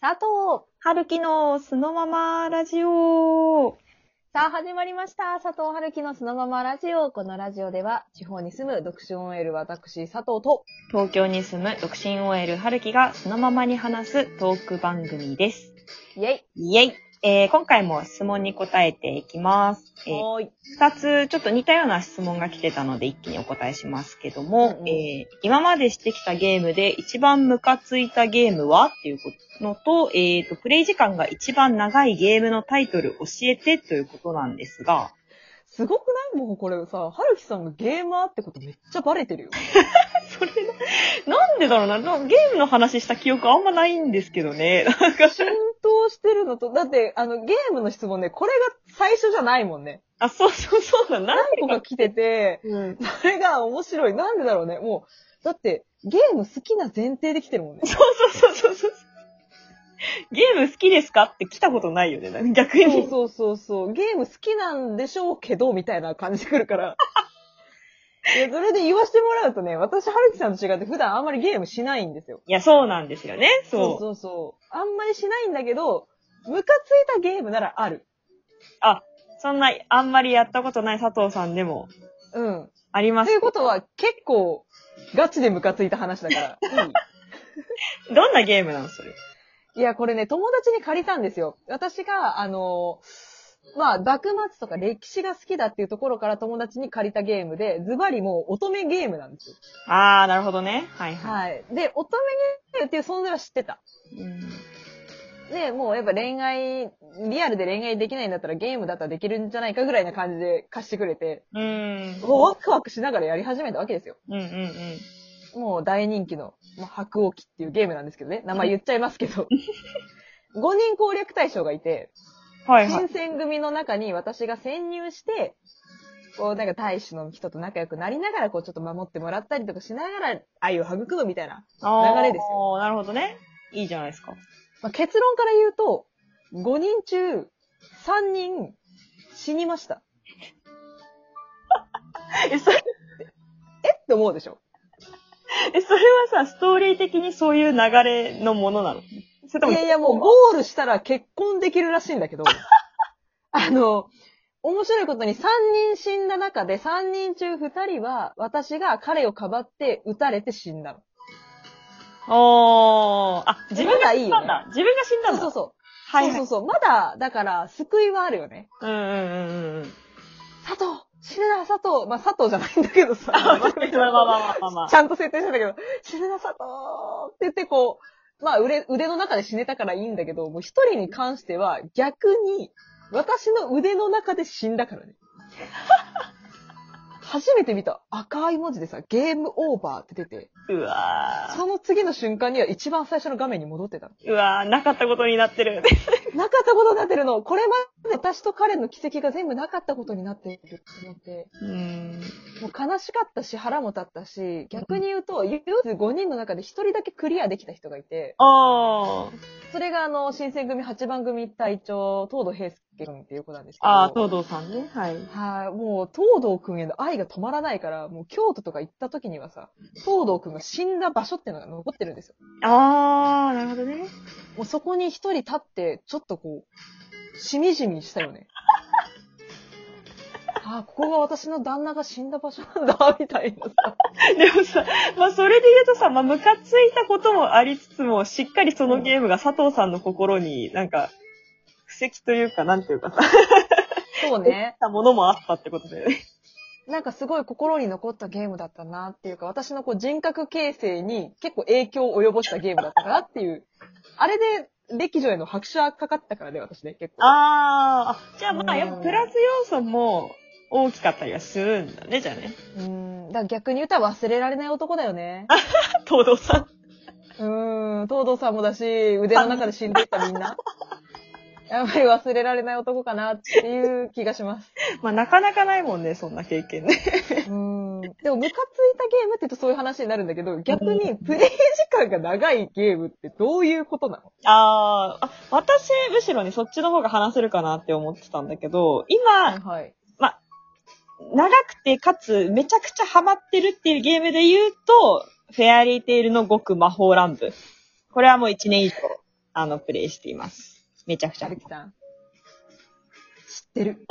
佐藤春樹のそのままラジオ。さあ始まりました。佐藤春樹のそのままラジオ。このラジオでは、地方に住む独身 OL 私、佐藤と、東京に住む独身 OL 春樹がそのままに話すトーク番組です。イェイイェイ、えー今回も質問に答えていきます。えーおーい。二つちょっと似たような質問が来てたので一気にお答えしますけども、うんうんえー今までしてきたゲームで一番ムカついたゲームはっていうことのと、えーと、プレイ時間が一番長いゲームのタイトル教えてということなんですが、すごくないもうこれさ、春樹さんがゲーマーってことめっちゃバレ てるよ。それな、なんでだろうななゲームの話した記憶あんまないんですけどね。 なんか、浸透してるのと、だって、あの、ゲームの質問ね、これが最初じゃないもんね。あ、そうそうそうだ、なん何個か来てて、うん、それが面白い。なんでだろうね。もう、だって、ゲーム好きな前提で来てるもんね。そうそうそうそうそう。ゲーム好きですかって来たことないよね、なんか逆に。そうそうそうそう。ゲーム好きなんでしょうけど、みたいな感じくる から。いや、それで言わせてもらうとね、私、はるきさんと違って普段あんまりゲームしないんですよ。いや、そうなんですよね。そうそうそうそう。あんまりしないんだけど、ムカついたゲームならある。そんな、あんまりやったことない佐藤さんでもうん。ありまといすう。ことは、結構、ガチでムカついた話だから。いいどんなゲームなのそれ。いや、これね、友達に借りたんですよ。私が、あのーまあ、幕末とか歴史が好きだっていうところから友達に借りたゲームで、ズバリもう乙女ゲームなんですよ。あー、なるほどね。はいははい。で、乙女ゲームっていう存在は知ってた。い。うんで、もうやっぱ恋愛、リアルで恋愛できないんだったらゲームだったらできるんじゃないかぐらいな感じで貸してくれて、うん。もうワクワクしながらやり始めたわけですよ。うんうんうん。もう大人気の、まあ、白鸚記っていうゲームなんですけどね。名前言っちゃいますけ ど。5人攻略対象がいて、はいはい新。選組の中に私が潜入して、こう、なんか大使の人と仲良くなりながら、こう、ちょっと守ってもらったりとかしながら、愛を育むみたいな。あー流れですなるほどね。いいじゃないですか。まあ、結論から言うと、5人中、3人、死にました。 え、それ、えって思うでしょ え、それはさ、ストーリー的にそういう流れのものなのそれといも、やいや、もうゴールしたら結婚できるらしいんだけ ど、あの、面白いことに3人死んだ中で、3人中2人は、私が彼をかばって撃たれて死んだの。おー、あ、自分が死んだんだ。自分が死んだそうんだ。そうそう。はいはいそうそうそう。まだ、だから、救いはあるよね。うんうんうんうん。佐藤死ぬな、佐藤まあ、佐藤じゃないんだけどさ。まあまあまあまあまあ。ちゃんと設定したんだけど、死ぬな、佐藤って言ってこう、まあ、腕、腕の中で死ねたからいいんだけど、もう一人に関しては逆に、私の腕の中で死んだからね。初めて見た赤い文字でさ、ゲームオーバーって出て、うわー。その次の瞬間には一番最初の画面に戻ってた の。うわー、なかったことになってる。なかったことになってるの。これまで私と彼の奇跡が全部なかったことになっていると思って。うん。もう悲しかったし、腹も立ったし、逆に言うと、唯一5人の中で1人だけクリアできた人がいて、あー。それがあの、新選組8番組隊長、東堂平介君っていう子なんですけど、あー、東堂さんね。はい。はい、もう、東堂君への愛が止まらないから、もう京都とか行った時にはさ、東堂君が死んだ場所っていうのが残ってるんですよ。あー、なるほどね。もうそこに一人立って、ちょっとこう、しみじみしたよね。ああ、ここが私の旦那が死んだ場所なんだ、みたいなさ。でもさ、まあそれで言うとさ、まあムカついたこともありつつも、しっかりそのゲームが佐藤さんの心になんか、布石というか、なんていうかさ、そうね。たものもあったってことだよね。なんかすごい心に残ったゲームだったなっていうか、私のこう人格形成に結構影響を及ぼしたゲームだったなっていう。あれで、歴女への拍車かかったからね、私ね、結構。 あー、あじゃあまうあんやっぱプラス要素も大きかったりはするんだね、じゃあね。うーん。だから逆に言ったら忘れられない男だよね。東堂さん。うーん。東堂さんもだし、腕の中で死んでいったみん な。やっぱり忘れられない男かなっていう気がします。 まあなかなかないもんね、そんな経験ね。うーん。でも、ムカついたゲームって言うとそういう話になるんだけど、逆にプレイ時間が長いゲームってどういうことなの あーあ、私、むしろね、そっちの方が話せるかなって思ってたんだけど、今、はい。長くてかつめちゃくちゃハマってるっていうゲームで言うと、フェアリーテイルの極魔法乱舞。これはもう1年以上あの、プレイしています。めちゃくちシゃャ。ルキさん。知ってる。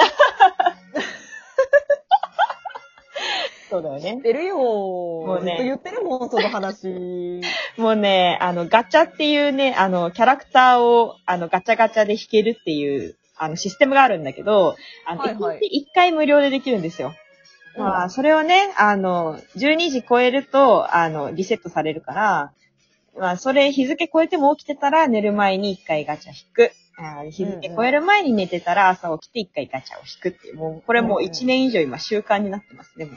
そうだよ知ねっ。てるよもうねずっと言ってるもん、その 話。もうね、あの、ガチャっていうね、あの、キャラクターを、あの、ガチャガチャで引けるっていう、あの、システムがあるんだけど、あの、はいはい1日1回無料でできるんですよ。まあ、それをね、あの、12時超えると、あの、リセットされるから、まあ、それ日付超えても起きてたら寝る前に1回ガチャ引く。あー日付超える前に寝てたら朝起きて1回ガチャを引くっていう、もう、これもう1年以上今習慣になってますね、もう。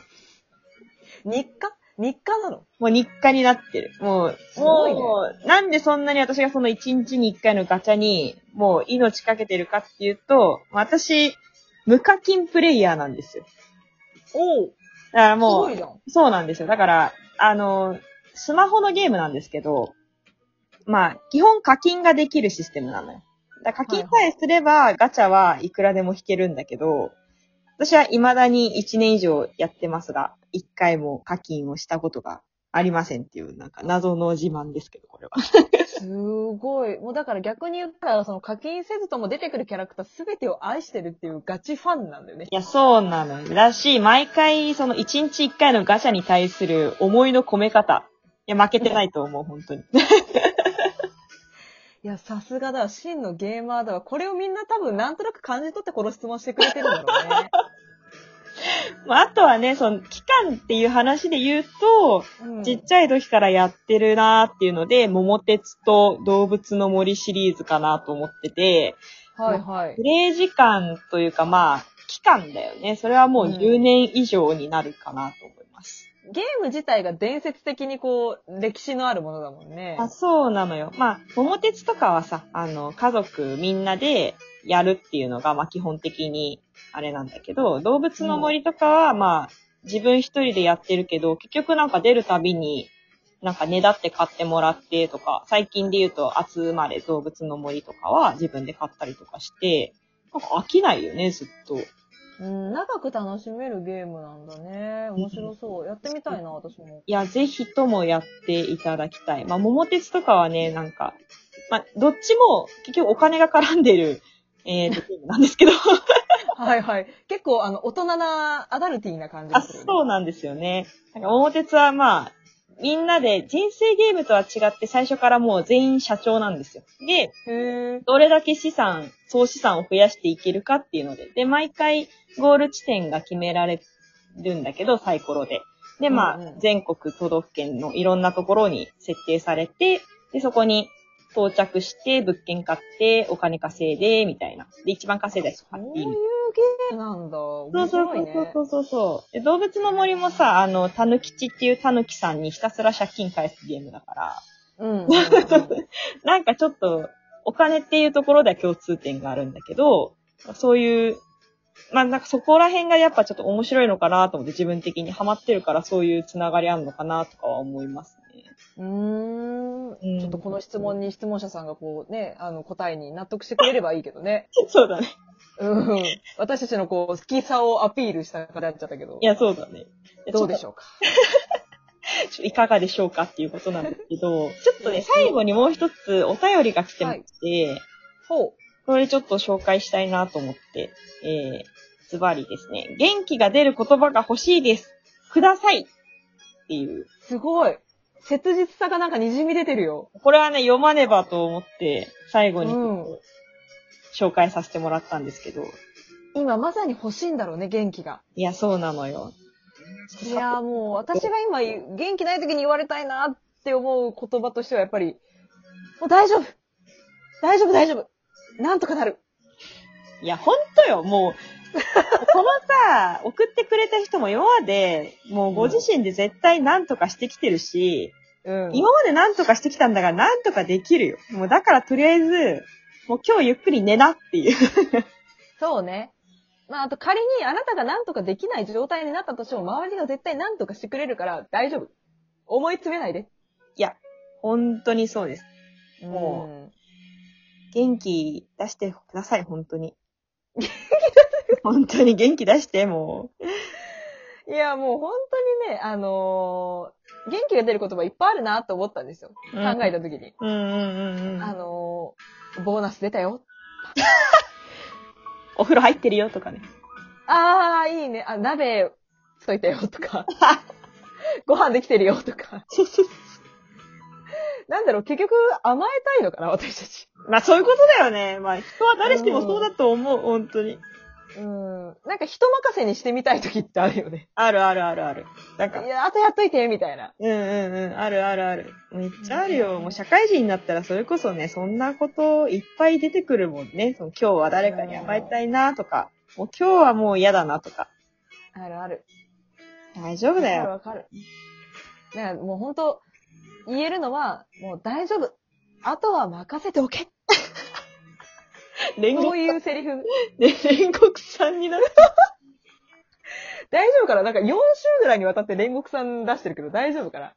日課日課なのもう日課になってる。もう、すごいねもう、なんでそんなに私がその一日に一回のガチャに、もう命かけてるかっていうと、私、無課金プレイヤーなんですよ。おすだからもごうい、じゃん。そうなんですよ。だから、あの、スマホのゲームなんですけど、まあ、基本課金ができるシステムなのよ。だから課金さえすれば、ガチャはいくらでも引けるんだけど、私は未だに1年以上やってますが、1回も課金をしたことがありませんっていう、なんか謎の自慢ですけど、これは。すごい。もうだから逆に言ったら、その課金せずとも出てくるキャラクターすべてを愛してるっていうガチファンなんだよね。 いや、そうなのよ。だし、毎回、その1日1回のガチャに対する思いの込め方。いや、負けてないと思う、本当に。いや、さすがだわ。真のゲーマーだわ。これをみんな多分なんとなく感じ取ってこの質問してくれてるんだろうね。まあ、あとはね、その、期間っていう話で言うと、 うんちっちゃい時からやってるなーっていうので、桃鉄と動物の森シリーズかなと思ってて、はいはいプ。レイ時間というかまあ、期間だよね。それはもう10年以上になるかなと思います。ゲーム自体が伝説的にこう、歴史のあるものだもんね。あそうなのよ。まあ、桃鉄とかはさ、あの、家族みんなでやるっていうのが、まあ基本的にあれなんだけど、動物の森とかは、まあ、自分一人でやってるけど、結局なんか出るたびに、なんかねだって買ってもらってとか、最近で言うと、集まれ動物の森とかは自分で買ったりとかして、なんか飽きないよね、ずっと。うん、長く楽しめるゲームなんだね。面白そう。やってみたいな、私も。いや、ぜひともやっていただきたい。まあ、桃鉄とかはね、なんか、まあ、どっちも結局お金が絡んでる、え ーと、ゲームなんですけど。はいはい。結構、あの、大人な、アダルティーな感じあ、でするよねそうなんですよね。なんか桃鉄はまあ、みんなで人生ゲームとは違って最初からもう全員社長なんですよ。へで、え。どれだけ資産、総資産を増やしていけるかっていうので。で、毎回ゴール地点が決められるんだけど、サイコロで。で、まあ、うんうん全国都道府県のいろんなところに設定されて、で、そこに到着して、物件買って、お金稼いで、みたいな。で、一番稼いだ人そ買っうていいういゲームなんだ。そ面うそう白いそうね。 そうそうそう。で動物の森もさ、あの、たぬきちっていうたぬきさんにひたすら借金返すゲームだから、うん。 なんかちょっと、お金っていうところでは共通点があるんだけど、そういう、まあなんかそこら辺がやっぱちょっと面白いのかなと思って自分的にハマってるからそういうつながりあるのかなとかは思いますね。うんううーんん。ちょっとこの質問に質問者さんがこうね、あの、答えに納得してくれればいいけどね。 そうだね。うん。私たちのこう、好きさをアピールしたからっちゃったけどい。や、そうだね。どうでょしょうか。いかがでしょうかっていうことなんですけ ど、ちょっとね、最後にもう一つお便りが来てまして、ほこれちょっと紹介したいなと思って、えー、ズバリですね。元気が出る言葉が欲しいです。くださいっていう。う。すごい。切実さがなんか滲み出てるよ。これはね、読まねばと思って、最後にうん紹介させてもらったんですけど。今まさに欲しいんだろうね、元気が。いや、そうなのよ。いやーもう私が今元気ない時に言われたいなって思う言葉としてはやっぱり、もう大丈夫大丈夫大丈夫なんとかなるいや、ほんとよ、もう。 このさ、送ってくれた人も今まで、もうご自身で絶対何とかしてきてるし、うん。今まで何とかしてきたんだから何とかできるよ。もうだからとりあえず、もう今日ゆっくり寝なっていう。そうね。まああと仮にあなたがなんとかできない状態になったとしても周りが絶対なんとかしてくれるから大丈夫。思い詰めないで。 本当にそうです。もも元気出してください、本当に。 本当に元気出して、もう。う。いやもう本当にね、あのー元気が出る言葉いっぱいあるなと思ったんですよ。考えた時に。うんうんうんうん。あのボーナス出たよ。お風呂入ってるよとかね。あー、いいね。あ、鍋つといたよとか。 ご飯できてるよとか。 なんだろう、結局甘えたいのかな、私たち。まあそういうことだよね。まあ人は誰しもそうだと思う、本当に。うん。なんか人任せにしてみたい時ってあるよね。あるあるあるある。なんかい、や、あとやっといて、みたいな。うんうんうん、あるあるある。めっちゃあるよ。もう社会人になったらそれこそね、そんなこといっぱい出てくるもんね。その今日は誰かに甘えたいなとか、もう今日はもう嫌だなとか。あるある。大丈夫だよ。わかるわかる。だからもう本当言えるのは、もう大丈夫。あとは任せておけ。煉 そう獄、いうセリフ。煉獄さん になる。大丈夫かななんか4週ぐらいにわたって煉獄さん出してるけど大丈夫かな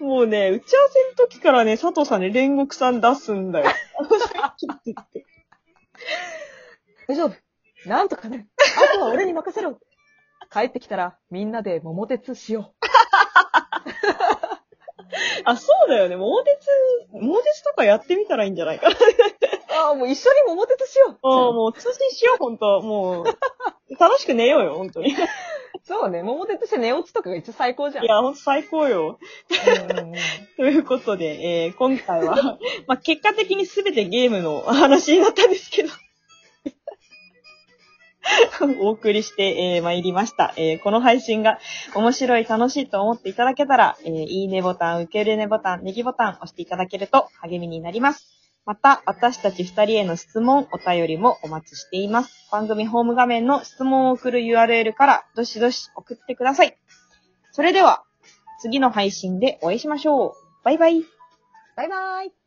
もうね、打ち合わせの時からね、佐藤さんね、煉獄さん出すん だよ。大丈夫。なんとかね。あとは俺に任せろ。帰ってきたらみんなで桃鉄しよあ、そうだよね。桃鉄、桃鉄とかやってみたらいいんじゃないかな。う。ああ、もう一緒に桃鉄しよもう、う。もう通信しよう、ほん と。もう、楽しく寝ようよ、ほんとに。いそうね。桃鉄して寝落ちとかが一応最高じゃん。や、ほんと最高よ。うんうんうん ということで、えー、今回は、 まあ、結果的に全てゲームの話になったんですけど、 お送りして、えー、参りました、えー。この配信が面白い、楽しいと思っていただけたら、えー、いいねボタン、受け入れねボタン、ネギボタン押していただけると励みになります。また、私たち二人への質問、お便りもお待ちしています。番組ホーム画面の質問を送る URL から、どしどし送ってください。それでは、次の配信でお会いしましょう。バイバイ。バイバーイ。